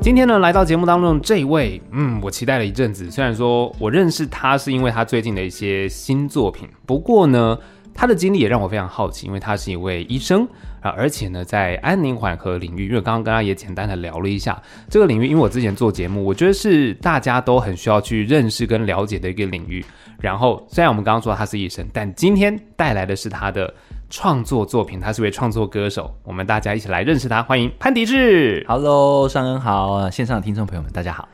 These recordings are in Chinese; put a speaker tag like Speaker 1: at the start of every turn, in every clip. Speaker 1: 今天呢，来到节目当中这一位，嗯，我期待了一阵子。虽然说我认识他是因为他最近的一些新作品，不过呢，他的经历也让我非常好奇，因为他是一位医生啊，而且呢，在安宁缓和领域，因为刚刚跟他也简单的聊了一下这个领域，因为我之前做节目，我觉得是大家都很需要去认识跟了解的一个领域。然后，虽然我们刚刚说他是医生，但今天带来的是他的创作作品，他是一位创作歌手，我们大家一起来认识他，欢迎潘迪志。
Speaker 2: Hello，上恩好，呃线上的听众朋友们，大家好。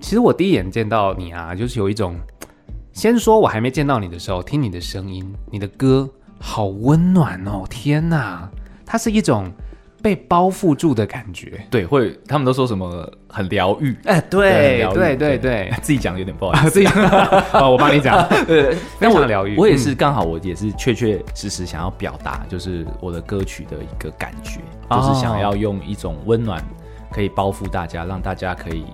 Speaker 1: 其实我第一眼见到你啊，就是有一种，先说我还没见到你的时候，听你的声音，你的歌好温暖哦，天哪，它是一种被包覆住的感觉。
Speaker 2: 对，会他们都说什么很疗愈，
Speaker 1: 哎，对
Speaker 2: 很疗
Speaker 1: 对
Speaker 2: 愈
Speaker 1: 对对，
Speaker 2: 自己讲有点不好意思。
Speaker 1: 这样，哦，我帮你讲，
Speaker 2: 对，
Speaker 1: 非常疗愈。
Speaker 2: 我也
Speaker 1: 嗯
Speaker 2: 是刚好，我也是确确实实想要表达，就是我的歌曲的一个感觉，
Speaker 1: 哦
Speaker 2: 就是想要用一种温暖，可以包覆大家，让大家可以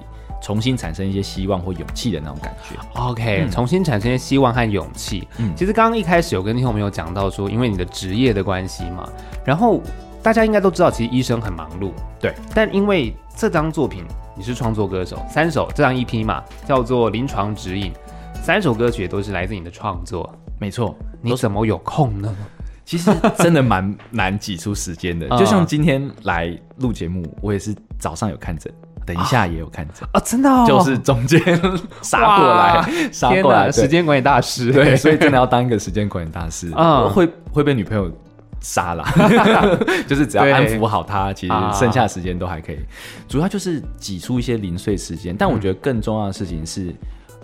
Speaker 2: 重新产生一些希望或勇气的那种感觉。
Speaker 1: OK，、重新产生希望和勇气。
Speaker 2: 嗯
Speaker 1: 其实刚刚一开始有跟听众朋友讲到说，因为你的职业的关系嘛，然后大家应该都知道，其实医生很忙碌，
Speaker 2: 对。
Speaker 1: 但因为这张作品你是创作歌手，三首这张 EP 嘛，叫做《临床指引》，三首歌曲也都是来自你的创作，
Speaker 2: 没错，
Speaker 1: 你怎么有空呢？
Speaker 2: 其实真的蛮难挤出时间 的。
Speaker 1: 嗯
Speaker 2: 就像今天来录节目，我也是早上有看诊，等一下也有看诊。
Speaker 1: 啊，真的、哦，
Speaker 2: 就是 中间杀过
Speaker 1: 哇
Speaker 2: 来，杀
Speaker 1: 天
Speaker 2: 过来，
Speaker 1: 哪，
Speaker 2: 对
Speaker 1: 时间管理大师，
Speaker 2: 对，所以真的要当一个时间管理大师，
Speaker 1: 嗯
Speaker 2: 我会会被女朋友杀了， 就是只要
Speaker 1: 对
Speaker 2: 安抚好她，其实
Speaker 1: 啊
Speaker 2: 剩下的时间都还可以。主要就是挤出一些零碎时间，但我觉得
Speaker 1: 嗯
Speaker 2: 更重要的事情是，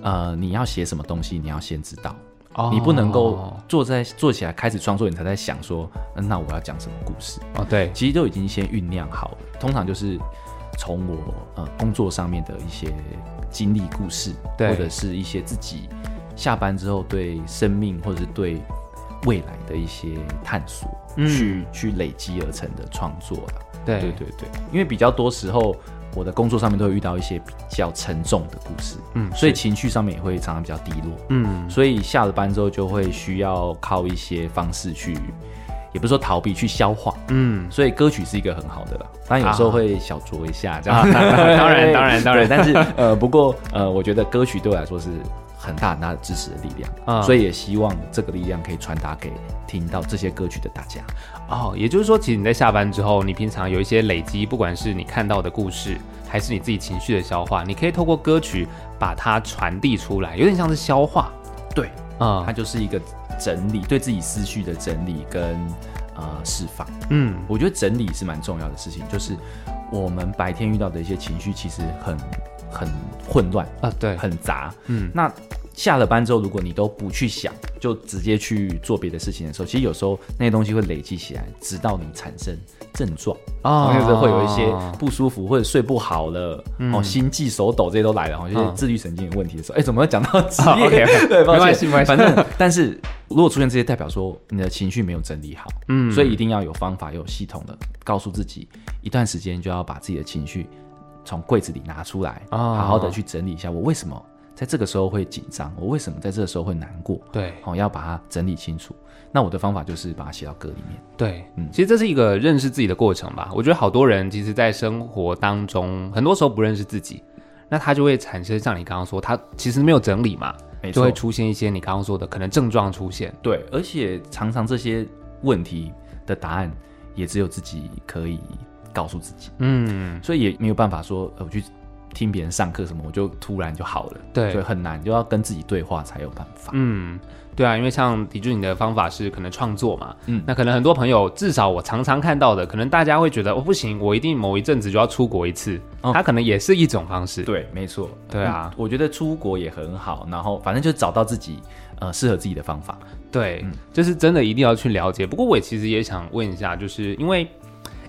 Speaker 2: 呃，你要写什么东西，你要先知道。
Speaker 1: 哦
Speaker 2: 你不能够坐在坐起来开始创作，你才在想说，嗯那我要讲什么故事？
Speaker 1: 哦，对，
Speaker 2: 其实都已经先酝酿好了。通常就是从我呃工作上面的一些经历故事，
Speaker 1: 对
Speaker 2: 或者是一些自己下班之后对生命或者是对未来的一些探索，
Speaker 1: 嗯
Speaker 2: 去去累积而成的创作啦。
Speaker 1: 对
Speaker 2: 对对对，因为比较多时候。我的工作上面都会遇到一些比较沉重的故事，
Speaker 1: 嗯
Speaker 2: 所以情绪上面也会常常比较低落，
Speaker 1: 嗯，
Speaker 2: 所以下了班之后就会需要靠一些方式去，也不是说逃避，去消化，
Speaker 1: 嗯，
Speaker 2: 所以歌曲是一个很好的啦，当然有时候会小酌一下这样。
Speaker 1: 啊当然当然当然
Speaker 2: 对但是呃，不过呃，我觉得歌曲对我来说是很大很大的支持的力量，
Speaker 1: 啊
Speaker 2: 所以也希望这个力量可以传达给听到这些歌曲的大家。
Speaker 1: 哦，也就是说，其实你在下班之后，你平常有一些累积，不管是你看到的故事，还是你自己情绪的消化，你可以透过歌曲把它传递出来，有点像是消化
Speaker 2: 对，
Speaker 1: 啊、
Speaker 2: 它就是一个整理，对自己思绪的整理跟呃释放。
Speaker 1: 嗯，
Speaker 2: 我觉得整理是蛮重要的事情，就是我们白天遇到的一些情绪其实很很混乱，
Speaker 1: 啊，对，
Speaker 2: 很杂。
Speaker 1: 嗯
Speaker 2: 嗯，那下了班之后，如果你都不去想，就直接去做别的事情的时候，其实有时候那些东西会累积起来，直到你产生症状。
Speaker 1: 哦
Speaker 2: 哦，就是会有一些不舒服或者睡不好了，哦，心悸、手抖这些都来了，哦，就是
Speaker 1: 嗯
Speaker 2: 自律神经有问题的时候，哎，怎么会讲到职
Speaker 1: 哦
Speaker 2: 业
Speaker 1: ，OK，OK，？
Speaker 2: 对，抱
Speaker 1: 没关
Speaker 2: 歉
Speaker 1: 系没关系
Speaker 2: 反正，但是如果出现这些，代表说你的情绪没有整理好，
Speaker 1: 嗯
Speaker 2: 嗯，所以一定要有方法、有系统的告诉自己，一段时间就要把自己的情绪从柜子里拿出来，
Speaker 1: 哦
Speaker 2: 好好的去整理一下，我为什么在这个时候会紧张，我为什么在这个时候会难过，
Speaker 1: 对
Speaker 2: 哦，要把它整理清楚。那我的方法就是把它写到歌里面。
Speaker 1: 对，
Speaker 2: 嗯
Speaker 1: 其实这是一个认识自己的过程吧。我觉得好多人其实，在生活当中，很多时候不认识自己，那他就会产生像你刚刚说，他其实没有整理嘛，
Speaker 2: 没
Speaker 1: 就
Speaker 2: 错
Speaker 1: 会出现一些你刚刚说的可能症状出现。
Speaker 2: 对，而且常常这些问题的答案也只有自己可以告诉自己，
Speaker 1: 嗯，
Speaker 2: 所以也没有办法说，呃，我去听别人上课什么，我就突然就好了。
Speaker 1: 对
Speaker 2: 所以很难，就要跟自己对话才有办法。
Speaker 1: 嗯，对啊，因为像迪俊你的方法是可能创作嘛，嗯
Speaker 2: 嗯，
Speaker 1: 那可能很多朋友至少我常常看到的，可能大家会觉得哦不行，我一定某一阵子就要出国一次，
Speaker 2: 哦
Speaker 1: 它可能也是一种方式，
Speaker 2: 对，没错，
Speaker 1: 对啊
Speaker 2: 嗯我觉得出国也很好，然后反正就找到自己呃适合自己的方法。
Speaker 1: 对，就是真的一定要去了解。不过我其实也想问一下，就是因为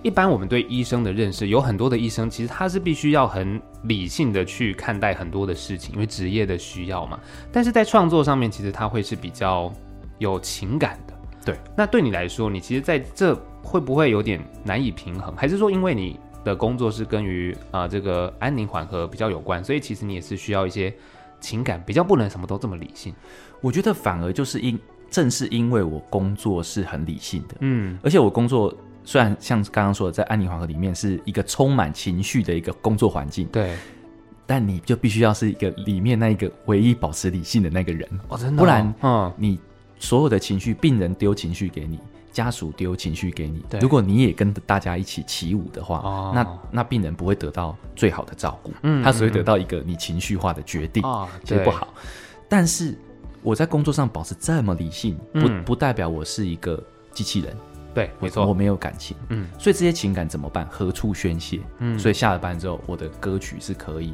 Speaker 1: 一般我们对医生的认识，有很多的医生其实他是必须要很理性的去看待很多的事情，因为职业的需要嘛。但是在创作上面，其实他会是比较有情感的。
Speaker 2: 对，
Speaker 1: 那对你来说，你其实在这会不会有点难以平衡？还是说因为你的工作是跟于啊、呃这个安宁缓和比较有关，所以其实你也是需要一些情感，比较不能什么都这么理性。
Speaker 2: 我觉得反而就是因正是因为我工作是很理性的，
Speaker 1: 嗯，
Speaker 2: 而且我工作虽然像刚刚说的，在安宁黄河里面是一个充满情绪的一个工作环境，
Speaker 1: 对，
Speaker 2: 但你就必须要是一个里面那一个唯一保持理性的那个人，
Speaker 1: 哦，真的哦，
Speaker 2: 不然
Speaker 1: 嗯，
Speaker 2: 你所有的情绪，病人丢情绪给你，家属丢情绪给你
Speaker 1: 对。
Speaker 2: 如果你也跟大家一起起舞的话，
Speaker 1: 哦
Speaker 2: 那那病人不会得到最好的照顾，
Speaker 1: 嗯
Speaker 2: 他只会得到一个你情绪化的决定，
Speaker 1: 啊
Speaker 2: 其实不好。但是我在工作上保持这么理性，不、
Speaker 1: 嗯
Speaker 2: 不代表我是一个机器人，
Speaker 1: 对，没
Speaker 2: 我
Speaker 1: 错，
Speaker 2: 没有感情，
Speaker 1: 嗯
Speaker 2: 所以这些情感怎么办？何处宣泄？
Speaker 1: 嗯
Speaker 2: 所以下了班之后，我的歌曲是可以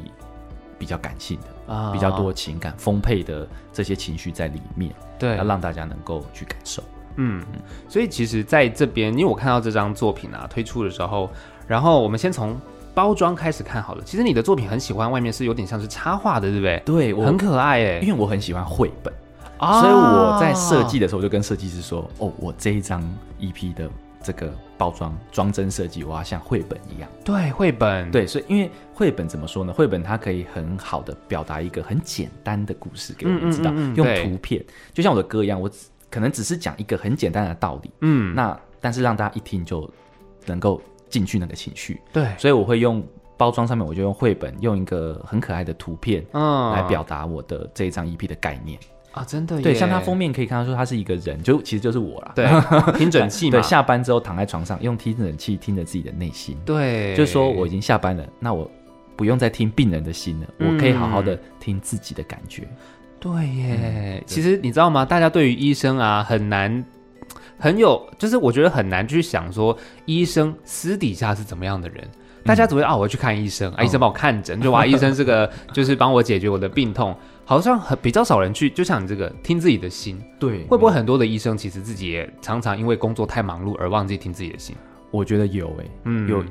Speaker 2: 比较感性的，
Speaker 1: 啊
Speaker 2: 比较多情感丰沛的这些情绪在里面。
Speaker 1: 对
Speaker 2: 要，让大家能够去感受。
Speaker 1: 嗯，所以其实在这边，因为我看到这张作品啊推出的时候，然后我们先从包装开始看好了。其实你的作品很喜欢，外面是有点像是插画的，对不对？
Speaker 2: 对我
Speaker 1: 很可爱哎、
Speaker 2: 因为我很喜欢绘本，
Speaker 1: 啊
Speaker 2: 所以我在设计的时候我就跟设计师说：“哦，我这一张 EP 的这个包装装帧设计，我要像绘本一样。
Speaker 1: 对绘本，”
Speaker 2: 对，所以因为绘本怎么说呢？绘本它可以很好的表达一个很简单的故事给我们知道，
Speaker 1: 嗯嗯嗯嗯
Speaker 2: 用
Speaker 1: 对
Speaker 2: 图片，就像我的歌一样，我只可能只是讲一个很简单的道理，
Speaker 1: 嗯，
Speaker 2: 那但是让大家一听就能够进去那个情绪，
Speaker 1: 对，
Speaker 2: 所以我会用包装上面我就用绘本，用一个很可爱的图片，
Speaker 1: 嗯
Speaker 2: 来表达我的这一张 EP 的概念。
Speaker 1: 啊，真的耶
Speaker 2: 对，像它封面可以看到说他是一个人，就其实就是我啦。
Speaker 1: 对平整器嘛
Speaker 2: 对，，下班之后躺在床上，用听诊器听着自己的内心，
Speaker 1: 对，
Speaker 2: 就是说我已经下班了，那我不用再听病人的心了，
Speaker 1: 嗯
Speaker 2: 我可以好好的听自己的感觉。
Speaker 1: 对
Speaker 2: 嗯
Speaker 1: 耶，其实你知道吗？大家对于医生啊，很难，很有，就是我觉得很难去想说医生私底下是怎么样的人。
Speaker 2: 嗯
Speaker 1: 大家只会啊，我去看医
Speaker 2: 哦
Speaker 1: 生，啊，医生帮我看诊，就哇，医生这个就是帮我解决我的病 痛，好像很比较少人去，就像你这个听自己的心，
Speaker 2: 对
Speaker 1: 会不会很多的医生其实自己也常常因为工作太忙碌而忘记听自己的心？
Speaker 2: 我觉得有诶、
Speaker 1: 嗯
Speaker 2: 有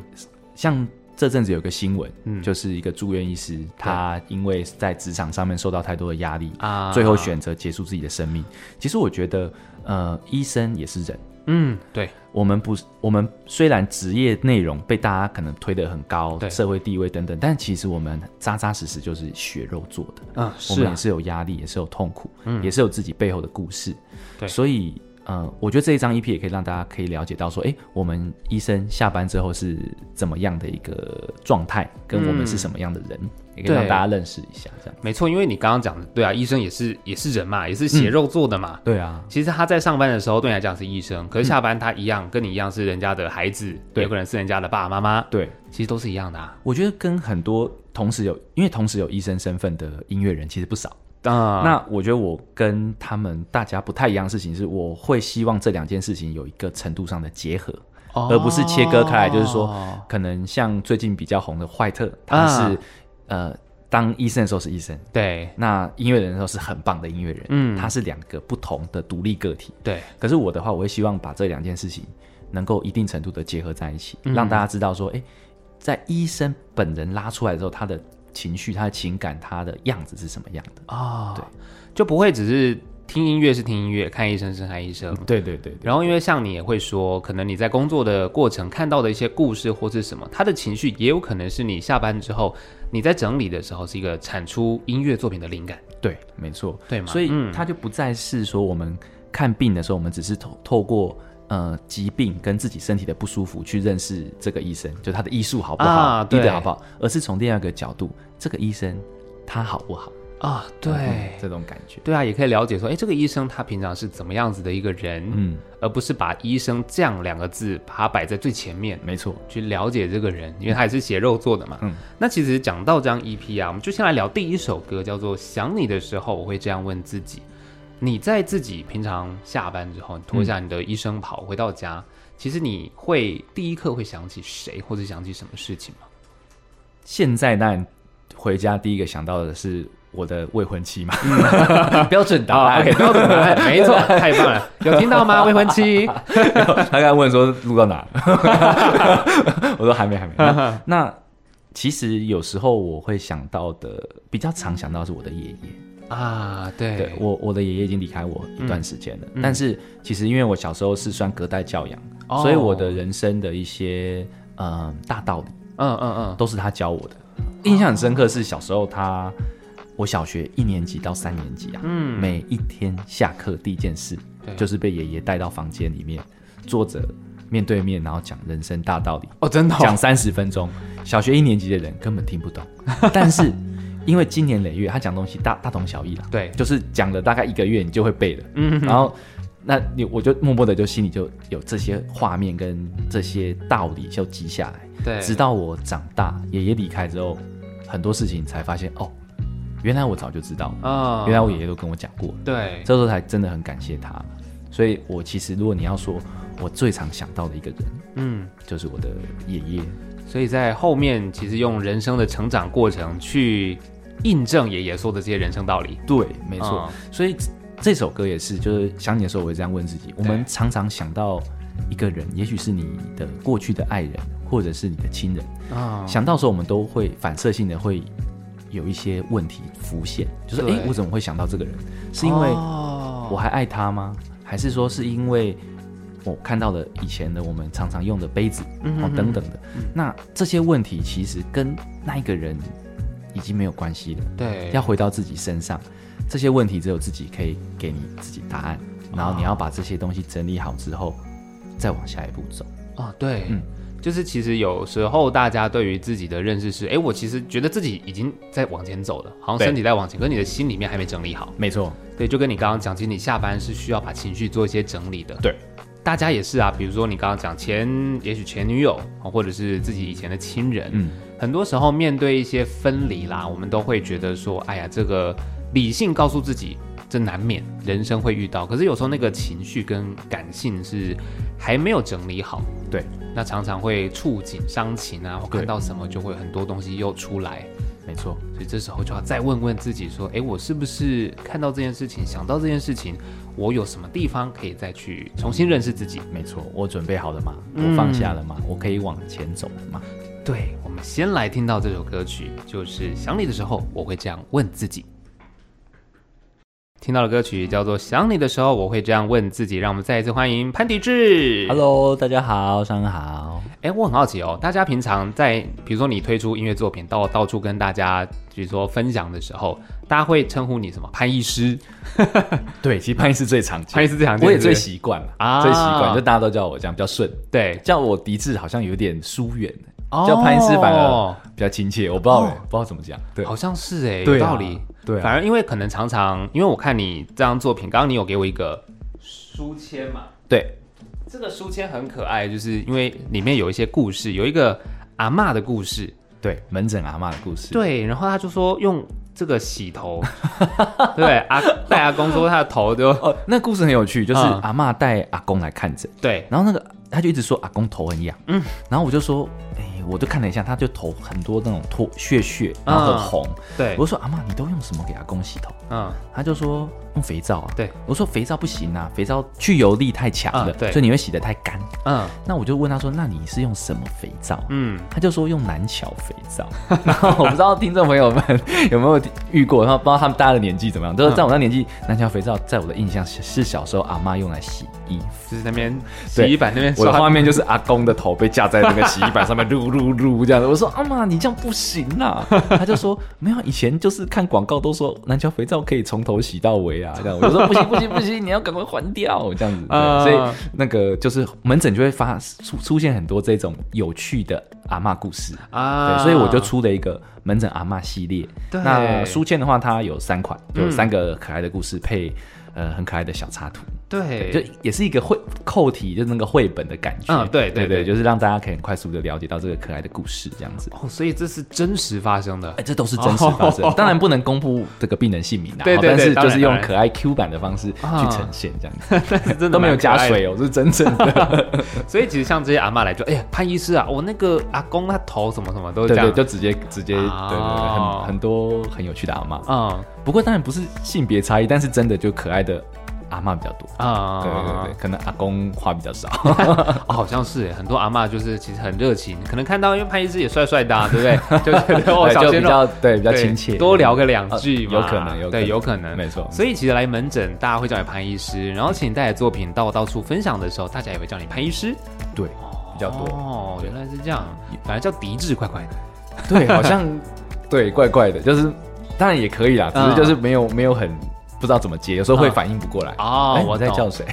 Speaker 2: 像这阵子有个新闻，
Speaker 1: 嗯
Speaker 2: 就是一个住院医师，他因为在职场上面受到太多的压力，
Speaker 1: 啊，
Speaker 2: 最后，选择结束自己的生命。其实我觉得，呃，医生也是人。
Speaker 1: 嗯，对，
Speaker 2: 我们不是，我们虽然职业内容被大家可能推得很高
Speaker 1: 对，
Speaker 2: 社会地位等等，但其实我们扎扎实实就是血肉做的，
Speaker 1: 嗯，
Speaker 2: 我
Speaker 1: 是
Speaker 2: 们也
Speaker 1: 啊，嗯
Speaker 2: 是有压力，也是有痛苦，也是有自己背后的故事。
Speaker 1: 对
Speaker 2: 所以呃，我觉得这一张 EP 也可以让大家可以了解到说，哎，我们医生下班之后是怎么样的一个状态，跟我们是什么样的人，也可以让
Speaker 1: 对
Speaker 2: 大家认识一下，这样。
Speaker 1: 没错，因为你刚刚讲的，对啊，医生也是也是人嘛，也
Speaker 2: 嗯
Speaker 1: 是血肉做的嘛，
Speaker 2: 对啊，
Speaker 1: 其实他在上班的时候对你来讲是医生，可是下班他一样、跟你一样是人家的孩子，
Speaker 2: 对
Speaker 1: 有可能是人家的爸爸妈妈，
Speaker 2: 对，
Speaker 1: 其实都是一样的啊。
Speaker 2: 我觉得跟很多同时有，因为同时有医生身份的音乐人其实不少。
Speaker 1: 啊
Speaker 2: 那我觉得我跟他们大家不太一样的事情是，我会希望这两件事情有一个程度上的结合，
Speaker 1: 哦
Speaker 2: 而不是切割开来。就是说，可能像最近比较红的坏特，他是、呃当医生的时候是医生，
Speaker 1: 对
Speaker 2: 那音乐人的时候是很棒的音乐人，
Speaker 1: 嗯
Speaker 2: 他是两个不同的独立个体。
Speaker 1: 对，
Speaker 2: 可是我的话，我会希望把这两件事情能够一定程度的结合在一起，让大家知道说，哎、在医生本人拉出来之后，他的情绪、他的情感、他的样子是什么样的？
Speaker 1: 啊，
Speaker 2: 对
Speaker 1: 就不会只是听音乐是听音乐，看医生是看医生。
Speaker 2: 对对对对，
Speaker 1: 然后，因为像你也会说，可能你在工作的过程看到的一些故事或是什么，他的情绪也有可能是你下班之后你在整理的时候是一个产出音乐作品的灵感，
Speaker 2: 对，没错，
Speaker 1: 对嗯吗？
Speaker 2: 所以他就不再是说我们看病的时候，我们只是透透过。呃，疾病跟自己身体的不舒服去认识这个医生，就他的医术好不好，
Speaker 1: 啊
Speaker 2: 医
Speaker 1: 对
Speaker 2: 的好不好，而是从第二个角度，这个医生他好不好？
Speaker 1: 啊，对。
Speaker 2: 嗯这种感觉，
Speaker 1: 对啊，也可以了解说，哎，这个医生他平常是怎么样子的一个人，
Speaker 2: 嗯，
Speaker 1: 而不是把医生这样两个字把它摆在最前面
Speaker 2: 没错，
Speaker 1: 去了解这个人，因为他也是血肉做的嘛。
Speaker 2: 嗯，
Speaker 1: 那其实讲到这张 EP 啊，我们就先来聊第一首歌，叫做《想你的时候》，我会这样问自己：你在自己平常下班之后，你脱下你的医生袍回到
Speaker 2: 嗯
Speaker 1: 家，其实你会第一刻会想起谁，或者想起什么事情吗？
Speaker 2: 现在当然回家第一个想到的是我的未婚妻嘛， 标准答
Speaker 1: 啊
Speaker 2: 案。
Speaker 1: ，OK，标准答案，没错，太棒了，有听到吗？未婚妻，
Speaker 2: 他刚才问说录到哪 了，我说还没还没。那那其实有时候我会想到的，比较常想到的是我的爷爷。
Speaker 1: 啊，对，
Speaker 2: 对我我的爷爷已经离开我一段时间
Speaker 1: 嗯
Speaker 2: 了，但是其实因为我小时候是算隔代教养，
Speaker 1: 哦
Speaker 2: 所以我的人生的一些嗯、呃大道理
Speaker 1: 嗯嗯嗯，
Speaker 2: 都是他教我的。印象很深刻是小时候他，我小学一年级到三年级啊，
Speaker 1: 嗯
Speaker 2: 每一天下课第一件事
Speaker 1: 对
Speaker 2: 就是被爷爷带到房间里面，坐着面对面，然后讲人生大道理，
Speaker 1: 哦，真的、
Speaker 2: 讲
Speaker 1: 哦，
Speaker 2: 三十分钟，小学一年级的人根本听不懂。 但是因为经年累月，他讲东西大大同小异啦，
Speaker 1: 对
Speaker 2: 就是讲了大概一个月，你就会背了。嗯，然后那你我就默默的就心里就有这些画面跟这些道理就记下来。
Speaker 1: 对，
Speaker 2: 直到我长大，爷爷离开之后，很多事情才发现哦，原来我早就知道了，
Speaker 1: 啊
Speaker 2: 原来我爷爷都跟我讲过了。
Speaker 1: 对，
Speaker 2: 这时候才真的很感谢他。所以我其实如果你要说我最常想到的一个人，
Speaker 1: 嗯，
Speaker 2: 就是我的爷爷。
Speaker 1: 所以在后面其实用人生的成长过程去印证爷爷说的这些人生道理，
Speaker 2: 对，没错。
Speaker 1: 嗯
Speaker 2: 所以这首歌也是，就是想你的时候，我会这样问自己：我们常常想到一个人，也许是你的过去的爱人，或者是你的亲人。
Speaker 1: 啊、
Speaker 2: 想到的时候，我们都会反射性的会有一些问题浮现，就是
Speaker 1: 对哦
Speaker 2: 诶，我怎么会想到这个人？是因为我
Speaker 1: 我
Speaker 2: 还爱他吗？还是说是因为我看到了以前的我们常常用的杯子，哦等等的？那这些问题其实跟那一个人已经没有关系了。
Speaker 1: 对
Speaker 2: 要回到自己身上，这些问题只有自己可以给你自己答案，然后你要把这些东西整理好之后，再往下一步走。
Speaker 1: 啊，对，
Speaker 2: 嗯
Speaker 1: 就是其实有时候大家对于自己的认识是，哎，我其实觉得自己已经在往前走了，好像
Speaker 2: 对
Speaker 1: 身体在往前，可是你的心里面还没整理好。
Speaker 2: 没错，
Speaker 1: 对，就跟你刚刚讲，其实你下班是需要把情绪做一些整理的。
Speaker 2: 对，
Speaker 1: 大家也是啊，比如说你刚刚讲前，也许前女友，哦或者是自己以前的亲人，
Speaker 2: 嗯，
Speaker 1: 很多时候面对一些分离啦，我们都会觉得说，哎呀，这个理性告诉自己。这难免人生会遇到，可是有时候那个情绪跟感性是还没有整理好，
Speaker 2: 对，
Speaker 1: 那常常会触景伤情啊，或
Speaker 2: 对
Speaker 1: 看到什么就会很多东西又出来，
Speaker 2: 没错，
Speaker 1: 所以这时候就要再问问自己说，诶，我是不是看到这件事情，想到这件事情，我有什么地方可以再去重新认识自己？
Speaker 2: 没错。我准备好了吗？我放下了吗？我可以往前走了吗？
Speaker 1: 对，我们先来听到这首歌曲，就是想你的时候，我会这样问自己。听到的歌曲叫做《想你的时候，我会这样问自己》，让我们再一次欢迎潘迪志。
Speaker 2: Hello，大家好，上午好。
Speaker 1: 哎，我很好奇哦，大家平常在比如说你推出音乐作品到到处跟大家，比如说分享的时候，大家会称呼你什么？潘医师，
Speaker 2: 对，其实潘医师最常见，
Speaker 1: 潘医师最常见
Speaker 2: 我也
Speaker 1: 对
Speaker 2: 最
Speaker 1: 不对
Speaker 2: 习惯了
Speaker 1: 啊
Speaker 2: 最习惯，就大家都叫我这样比较顺，
Speaker 1: 对，
Speaker 2: 叫我迪志好像有点疏远，
Speaker 1: 哦
Speaker 2: 叫潘医师反而比较亲切。我不知道欸，不知道怎么讲。对，
Speaker 1: 好像是哎、有
Speaker 2: 对啊
Speaker 1: 道理。
Speaker 2: 对啊
Speaker 1: 反而因为可能常常，因为我看你这张作品，刚刚你有给我一个书签嘛，
Speaker 2: 对，
Speaker 1: 这个书签很可爱，就是因为里面有一些故事，有一个阿嬷的故事，
Speaker 2: 对，门诊阿嬷的故事。
Speaker 1: 对，然后他就说用这个洗头， 对，阿戴阿公说他的头就
Speaker 2: 哦，那故事很有趣，就是
Speaker 1: 嗯
Speaker 2: 阿嬷带阿公来看诊，
Speaker 1: 对，
Speaker 2: 然后那个他就一直说阿公头很痒，嗯，然后我就说，哎、我就看了一下，他就头很多那种脱血血，然后很红。
Speaker 1: 嗯对
Speaker 2: 我，说阿嬷，你都用什么给阿公洗头？
Speaker 1: 嗯，
Speaker 2: 他就说用肥皂啊。
Speaker 1: 对，
Speaker 2: 我说肥皂不行啊，肥皂去油力太强了，
Speaker 1: 嗯对
Speaker 2: 所以你会洗得太干。
Speaker 1: 嗯，
Speaker 2: 那我就问他说，那你是用什么肥皂？
Speaker 1: 嗯，
Speaker 2: 他就说用南巧肥皂， 然后我不知道听众朋友们有没有遇过，然后不知道他们大家的年纪怎么样。就是在我那年纪，南巧肥皂在我的印象是是小时候阿妈用来洗衣服。
Speaker 1: 就是那边洗
Speaker 2: 对
Speaker 1: 衣板那边
Speaker 2: 我的
Speaker 1: 刷
Speaker 2: 画面就是阿公的头被架在那个洗衣 板上面，噜噜噜这样子。我说阿妈，你这样不行 啦。他就说没有，以前就是看广告都说南桥肥皂可以从头洗到尾啊，这样。我说不行不行不行，你要赶快换掉这样子。
Speaker 1: 啊
Speaker 2: 对，所以那个就是门诊就会发出出现很多这种有趣的阿嬷故事。
Speaker 1: 啊
Speaker 2: 对，所以我就出了一个门诊阿嬷系列。
Speaker 1: 对嗯
Speaker 2: 那书签的话，它有三款，有三个可爱的故事配、呃很可爱的小插图，
Speaker 1: 对，
Speaker 2: 就也是一个绘扣题，就是那个绘本的感觉。
Speaker 1: 嗯对对
Speaker 2: 对
Speaker 1: 对
Speaker 2: 就是让大家可以很快速的了解到这个可爱的故事，这样子。
Speaker 1: 哦，所以这是真实发生的
Speaker 2: 哎、，这都是真实发生 的，
Speaker 1: 哦
Speaker 2: 当然不能公布这个病人姓名啦，哦
Speaker 1: 对对对
Speaker 2: 但是
Speaker 1: 当
Speaker 2: 就
Speaker 1: 然
Speaker 2: 是用
Speaker 1: 当然
Speaker 2: 可爱 Q 版的方式去
Speaker 1: 啊
Speaker 2: 呈现，这样子、
Speaker 1: 但是真的
Speaker 2: 都没有
Speaker 1: 蛮可爱
Speaker 2: 加
Speaker 1: 的
Speaker 2: 水哦，这是真正 的，
Speaker 1: 所以其实像这些阿嬷来说，哎呀，潘医师啊，我那个阿公他头什么什么都是
Speaker 2: 对
Speaker 1: 这样，
Speaker 2: 对，就直接直接，对对对，
Speaker 1: 哦
Speaker 2: 很很多很有趣的阿嬷。
Speaker 1: 嗯
Speaker 2: 不过当然不是性别差异，但是真的就可爱的阿嬷比较多。
Speaker 1: 啊，
Speaker 2: 对对对，可能阿公话比较少。
Speaker 1: 哦，好像是耶很多阿嬷就是其实很热情，可能看到因为潘医师也帅帅的、啊，对 不对？就觉得哦，
Speaker 2: 对
Speaker 1: 小
Speaker 2: 哎就
Speaker 1: 鲜
Speaker 2: 比
Speaker 1: 肉
Speaker 2: 较对比较
Speaker 1: 对
Speaker 2: 亲切，
Speaker 1: 多聊个两句嘛、
Speaker 2: 呃有可能有可能
Speaker 1: 对，有可能，
Speaker 2: 没错
Speaker 1: 所以其实来门诊，大家会叫你潘医师，然后请你带来作品到到处分享的时候，大家也会叫你潘医师，
Speaker 2: 对比较多，
Speaker 1: 哦，原来是这样，反正叫迪志快快的，
Speaker 2: 对，好像对怪怪的，就是当然也可以啦，只
Speaker 1: 嗯
Speaker 2: 是就是没有没有很不知道怎么接，有时候会反应不过来。
Speaker 1: 哦
Speaker 2: 哎
Speaker 1: 我
Speaker 2: 你在
Speaker 1: 懂
Speaker 2: 叫谁？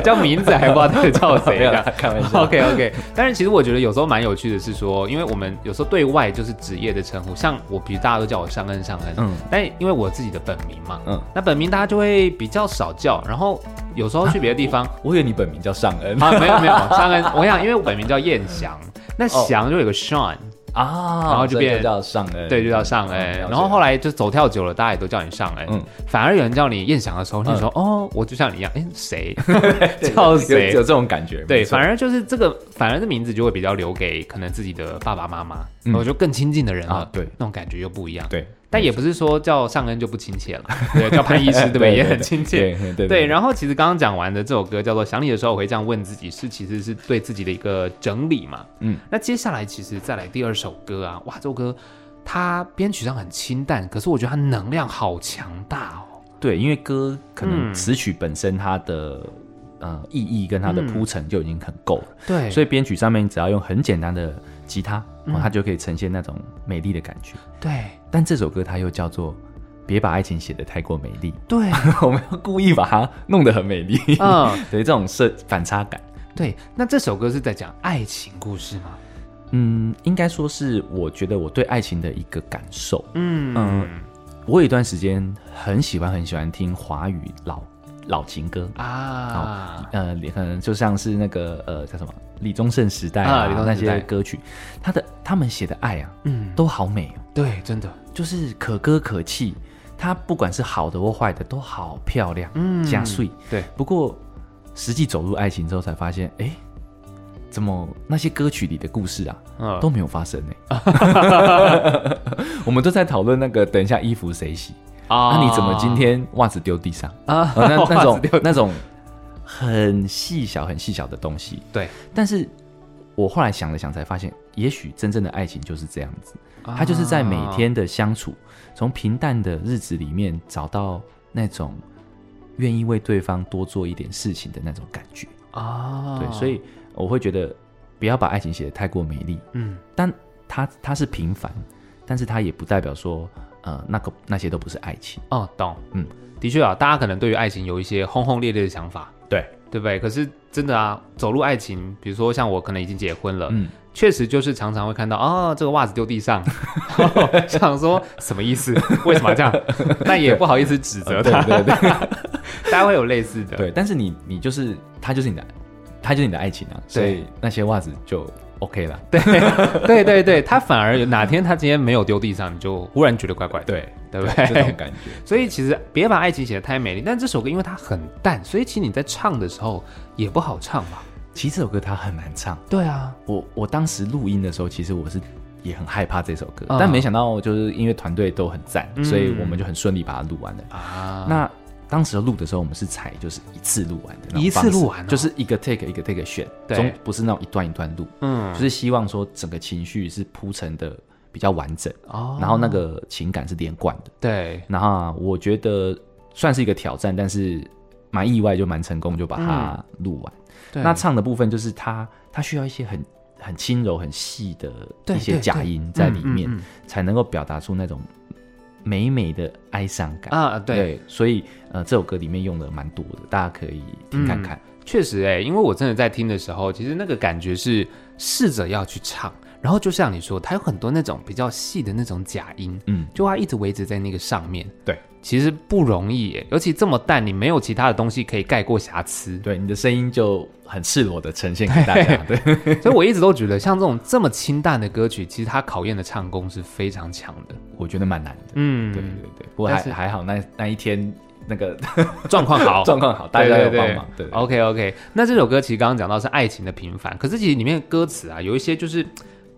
Speaker 1: 叫名字还不知道到底叫谁
Speaker 2: 没有
Speaker 1: 啊
Speaker 2: 啦？开玩 笑
Speaker 1: OK OK，但是其实我觉得有时候蛮有趣的是说，因为我们有时候对外就是职业的称呼，像我比如大家都叫我尚恩尚恩，嗯
Speaker 2: 嗯，
Speaker 1: 但因为我自己的本名嘛，嗯
Speaker 2: 嗯，
Speaker 1: 那本名大家就会比较少叫，然后有时候去别的地 方。
Speaker 2: 我以为你本名叫尚恩
Speaker 1: 啊，没有没有，尚恩，我想，因为我本名叫燕翔，那
Speaker 2: 哦
Speaker 1: 翔就有个 Sean，、
Speaker 2: 啊，
Speaker 1: 然后就
Speaker 2: 所以
Speaker 1: 变
Speaker 2: 叫尚恩，
Speaker 1: 对，就叫尚恩。
Speaker 2: 嗯了解
Speaker 1: 然后后来就走跳久了，大家也都叫你尚恩。
Speaker 2: 嗯
Speaker 1: 反而有人叫你燕翔的时候，你就说、哦，我就像你一样，哎，谁
Speaker 2: 对
Speaker 1: 叫
Speaker 2: 有有
Speaker 1: 谁
Speaker 2: 这？种感觉，
Speaker 1: 对，
Speaker 2: 没错
Speaker 1: 反而就是这个，反而这名字就会比较留给可能自己的爸爸妈妈，
Speaker 2: 嗯
Speaker 1: 我就更亲近的人了
Speaker 2: 啊，对
Speaker 1: 那种感觉又不一样。，
Speaker 2: 对，
Speaker 1: 但也不是说叫尚恩就不亲 切了，对，叫潘医师对不对？也很亲切。
Speaker 2: 对对对
Speaker 1: 对，
Speaker 2: 对，
Speaker 1: 然后其实刚刚讲完的这首歌叫做《想你的时候》，我会这样问自己，是其实是对自己的一个整理嘛。嗯
Speaker 2: 嗯，
Speaker 1: 那接下来其实再来第二首歌啊，哇，这首歌它编曲上很清淡，可是我觉得它能量好强大哦。
Speaker 2: 对，因为歌可
Speaker 1: 嗯
Speaker 2: 能词曲本身它的呃意义跟它的铺陈就已经很够了，
Speaker 1: 嗯对所
Speaker 2: 所
Speaker 1: 以
Speaker 2: 以编曲上面只要用很简单的吉他，
Speaker 1: 嗯
Speaker 2: 它就可以呈现那种美丽的感觉。
Speaker 1: 对
Speaker 2: 但这首歌它又叫做《别把爱情写得太过美丽
Speaker 1: 对，》，
Speaker 2: 我们要故意把它弄得很美丽，
Speaker 1: 嗯
Speaker 2: 对这种设反差感。
Speaker 1: 对，那这首歌是在讲爱情故事吗？
Speaker 2: 嗯，应该说是我觉得我对爱情的一个感受。
Speaker 1: 嗯
Speaker 2: 嗯我有一段时间很喜欢很喜欢听华语老老情歌，
Speaker 1: 啊，
Speaker 2: 呃，可能就像是那个呃叫什么李宗盛时代
Speaker 1: 啊
Speaker 2: 啊，
Speaker 1: 李宗盛
Speaker 2: 那
Speaker 1: 时代
Speaker 2: 些歌曲，他的他们写的爱啊，
Speaker 1: 嗯，
Speaker 2: 都好美哦，
Speaker 1: 对，真的，
Speaker 2: 就是可歌可泣。它不管是好的或坏的，都好漂亮，
Speaker 1: 嗯
Speaker 2: 加碎。
Speaker 1: 对，
Speaker 2: 不过实际走入爱情之后，才发现，哎、怎么那些歌曲里的故事啊，
Speaker 1: 嗯
Speaker 2: 都没有 发生呢、我们都在讨论那个，等一下衣服谁洗？那、
Speaker 1: 啊
Speaker 2: 你怎么今天袜子丢 地上？
Speaker 1: 啊
Speaker 2: 呃、那那
Speaker 1: 袜子
Speaker 2: 种
Speaker 1: 丢
Speaker 2: 那种很细小、很细小的东西。
Speaker 1: 对，
Speaker 2: 但是我后来想了想，才发现，也许真正的爱情就是这样子，它就是在每天的相处，从平淡的日子里面找到那种愿意为对方多做一点事情的那种感觉。
Speaker 1: 啊，
Speaker 2: 对，所以我会觉得，不要把爱情写得太过美丽，
Speaker 1: 嗯
Speaker 2: 但它它是平凡，但是它也不代表说，呃，那个那些都不是爱情。
Speaker 1: 哦，懂，嗯
Speaker 2: 嗯，
Speaker 1: 的确啊，大家可能对于爱情有一些轰轰烈烈的想法，
Speaker 2: 对，
Speaker 1: 对不对？可是真的啊，走入爱情，比如说像我可能已经结婚了，
Speaker 2: 嗯，
Speaker 1: 确实就是常常会看到啊、这个袜子丢地上，然 后想说什么意思？为什么要这样？但也不好意思指责
Speaker 2: 对
Speaker 1: 他，
Speaker 2: 对对
Speaker 1: 大家会有类似的，
Speaker 2: 对，但是你你就是它就是你的，它就是你的爱情啊，所以那些袜子就 OK 了。对
Speaker 1: 对 对对，他反而有哪天他今天没有丢地上，你就忽然觉得怪怪的，
Speaker 2: 对
Speaker 1: 对不对
Speaker 2: 这种感觉。
Speaker 1: 所以其实别把爱情写得太美丽，但这首歌因为它很淡，所以其实你在唱的时候也不好唱吧？
Speaker 2: 其实这首歌它很难唱，
Speaker 1: 对啊，
Speaker 2: 我我当时录音的时候，其实我是也很害怕这首歌，
Speaker 1: 嗯
Speaker 2: 但没想到就是因为团队都很赞，所以
Speaker 1: 嗯
Speaker 2: 我们就很顺利把它录完了。
Speaker 1: 啊，
Speaker 2: 那当时录的时候，我们是采就是一次录完的那种方式，
Speaker 1: 一次录完哦
Speaker 2: 就是一个 take 一个 take 选，
Speaker 1: 对
Speaker 2: 中不是那种一段一段录，
Speaker 1: 嗯
Speaker 2: 就是希望说整个情绪是铺陈的比较完整，
Speaker 1: 哦
Speaker 2: 然后那个情感是连贯的。
Speaker 1: 对，
Speaker 2: 然后我觉得算是一个挑战，但是蛮意外，就蛮成功，就把它
Speaker 1: 嗯
Speaker 2: 录完。
Speaker 1: 对
Speaker 2: 那唱的部分就是它，它需要一些很很轻柔、很细的
Speaker 1: 对
Speaker 2: 一些
Speaker 1: 对
Speaker 2: 假
Speaker 1: 对
Speaker 2: 音在里面，
Speaker 1: 嗯嗯嗯
Speaker 2: 才能够表达出那种美美的哀伤感。
Speaker 1: 啊，对，
Speaker 2: 所以呃，这首歌里面用了蛮多的，大家可以听看看。
Speaker 1: 确实哎、因为我真的在听的时候，其实那个感觉是试着要去唱，然后就像你说，它有很多那种比较细的那种假音，
Speaker 2: 嗯，
Speaker 1: 就它一直维持在那个上面，
Speaker 2: 对，
Speaker 1: 其实不容易耶，尤其这么淡，你没有其他的东西可以盖过瑕疵，
Speaker 2: 对，你的声音就很赤裸的呈现给大家。 对，
Speaker 1: 所以我一直都觉得像这种这么清淡的歌曲，其实它考验的唱功是非常强的，
Speaker 2: 我觉得蛮难的。
Speaker 1: 嗯，
Speaker 2: 对对对，不过
Speaker 1: 但
Speaker 2: 还
Speaker 1: 是
Speaker 2: 还好那，那一天那个
Speaker 1: 状况好，
Speaker 2: 状况好，大家有帮忙。对对
Speaker 1: OK OK，那这首歌其实刚刚讲到是爱情的平凡，可是其实里面的歌词啊，有一些就是，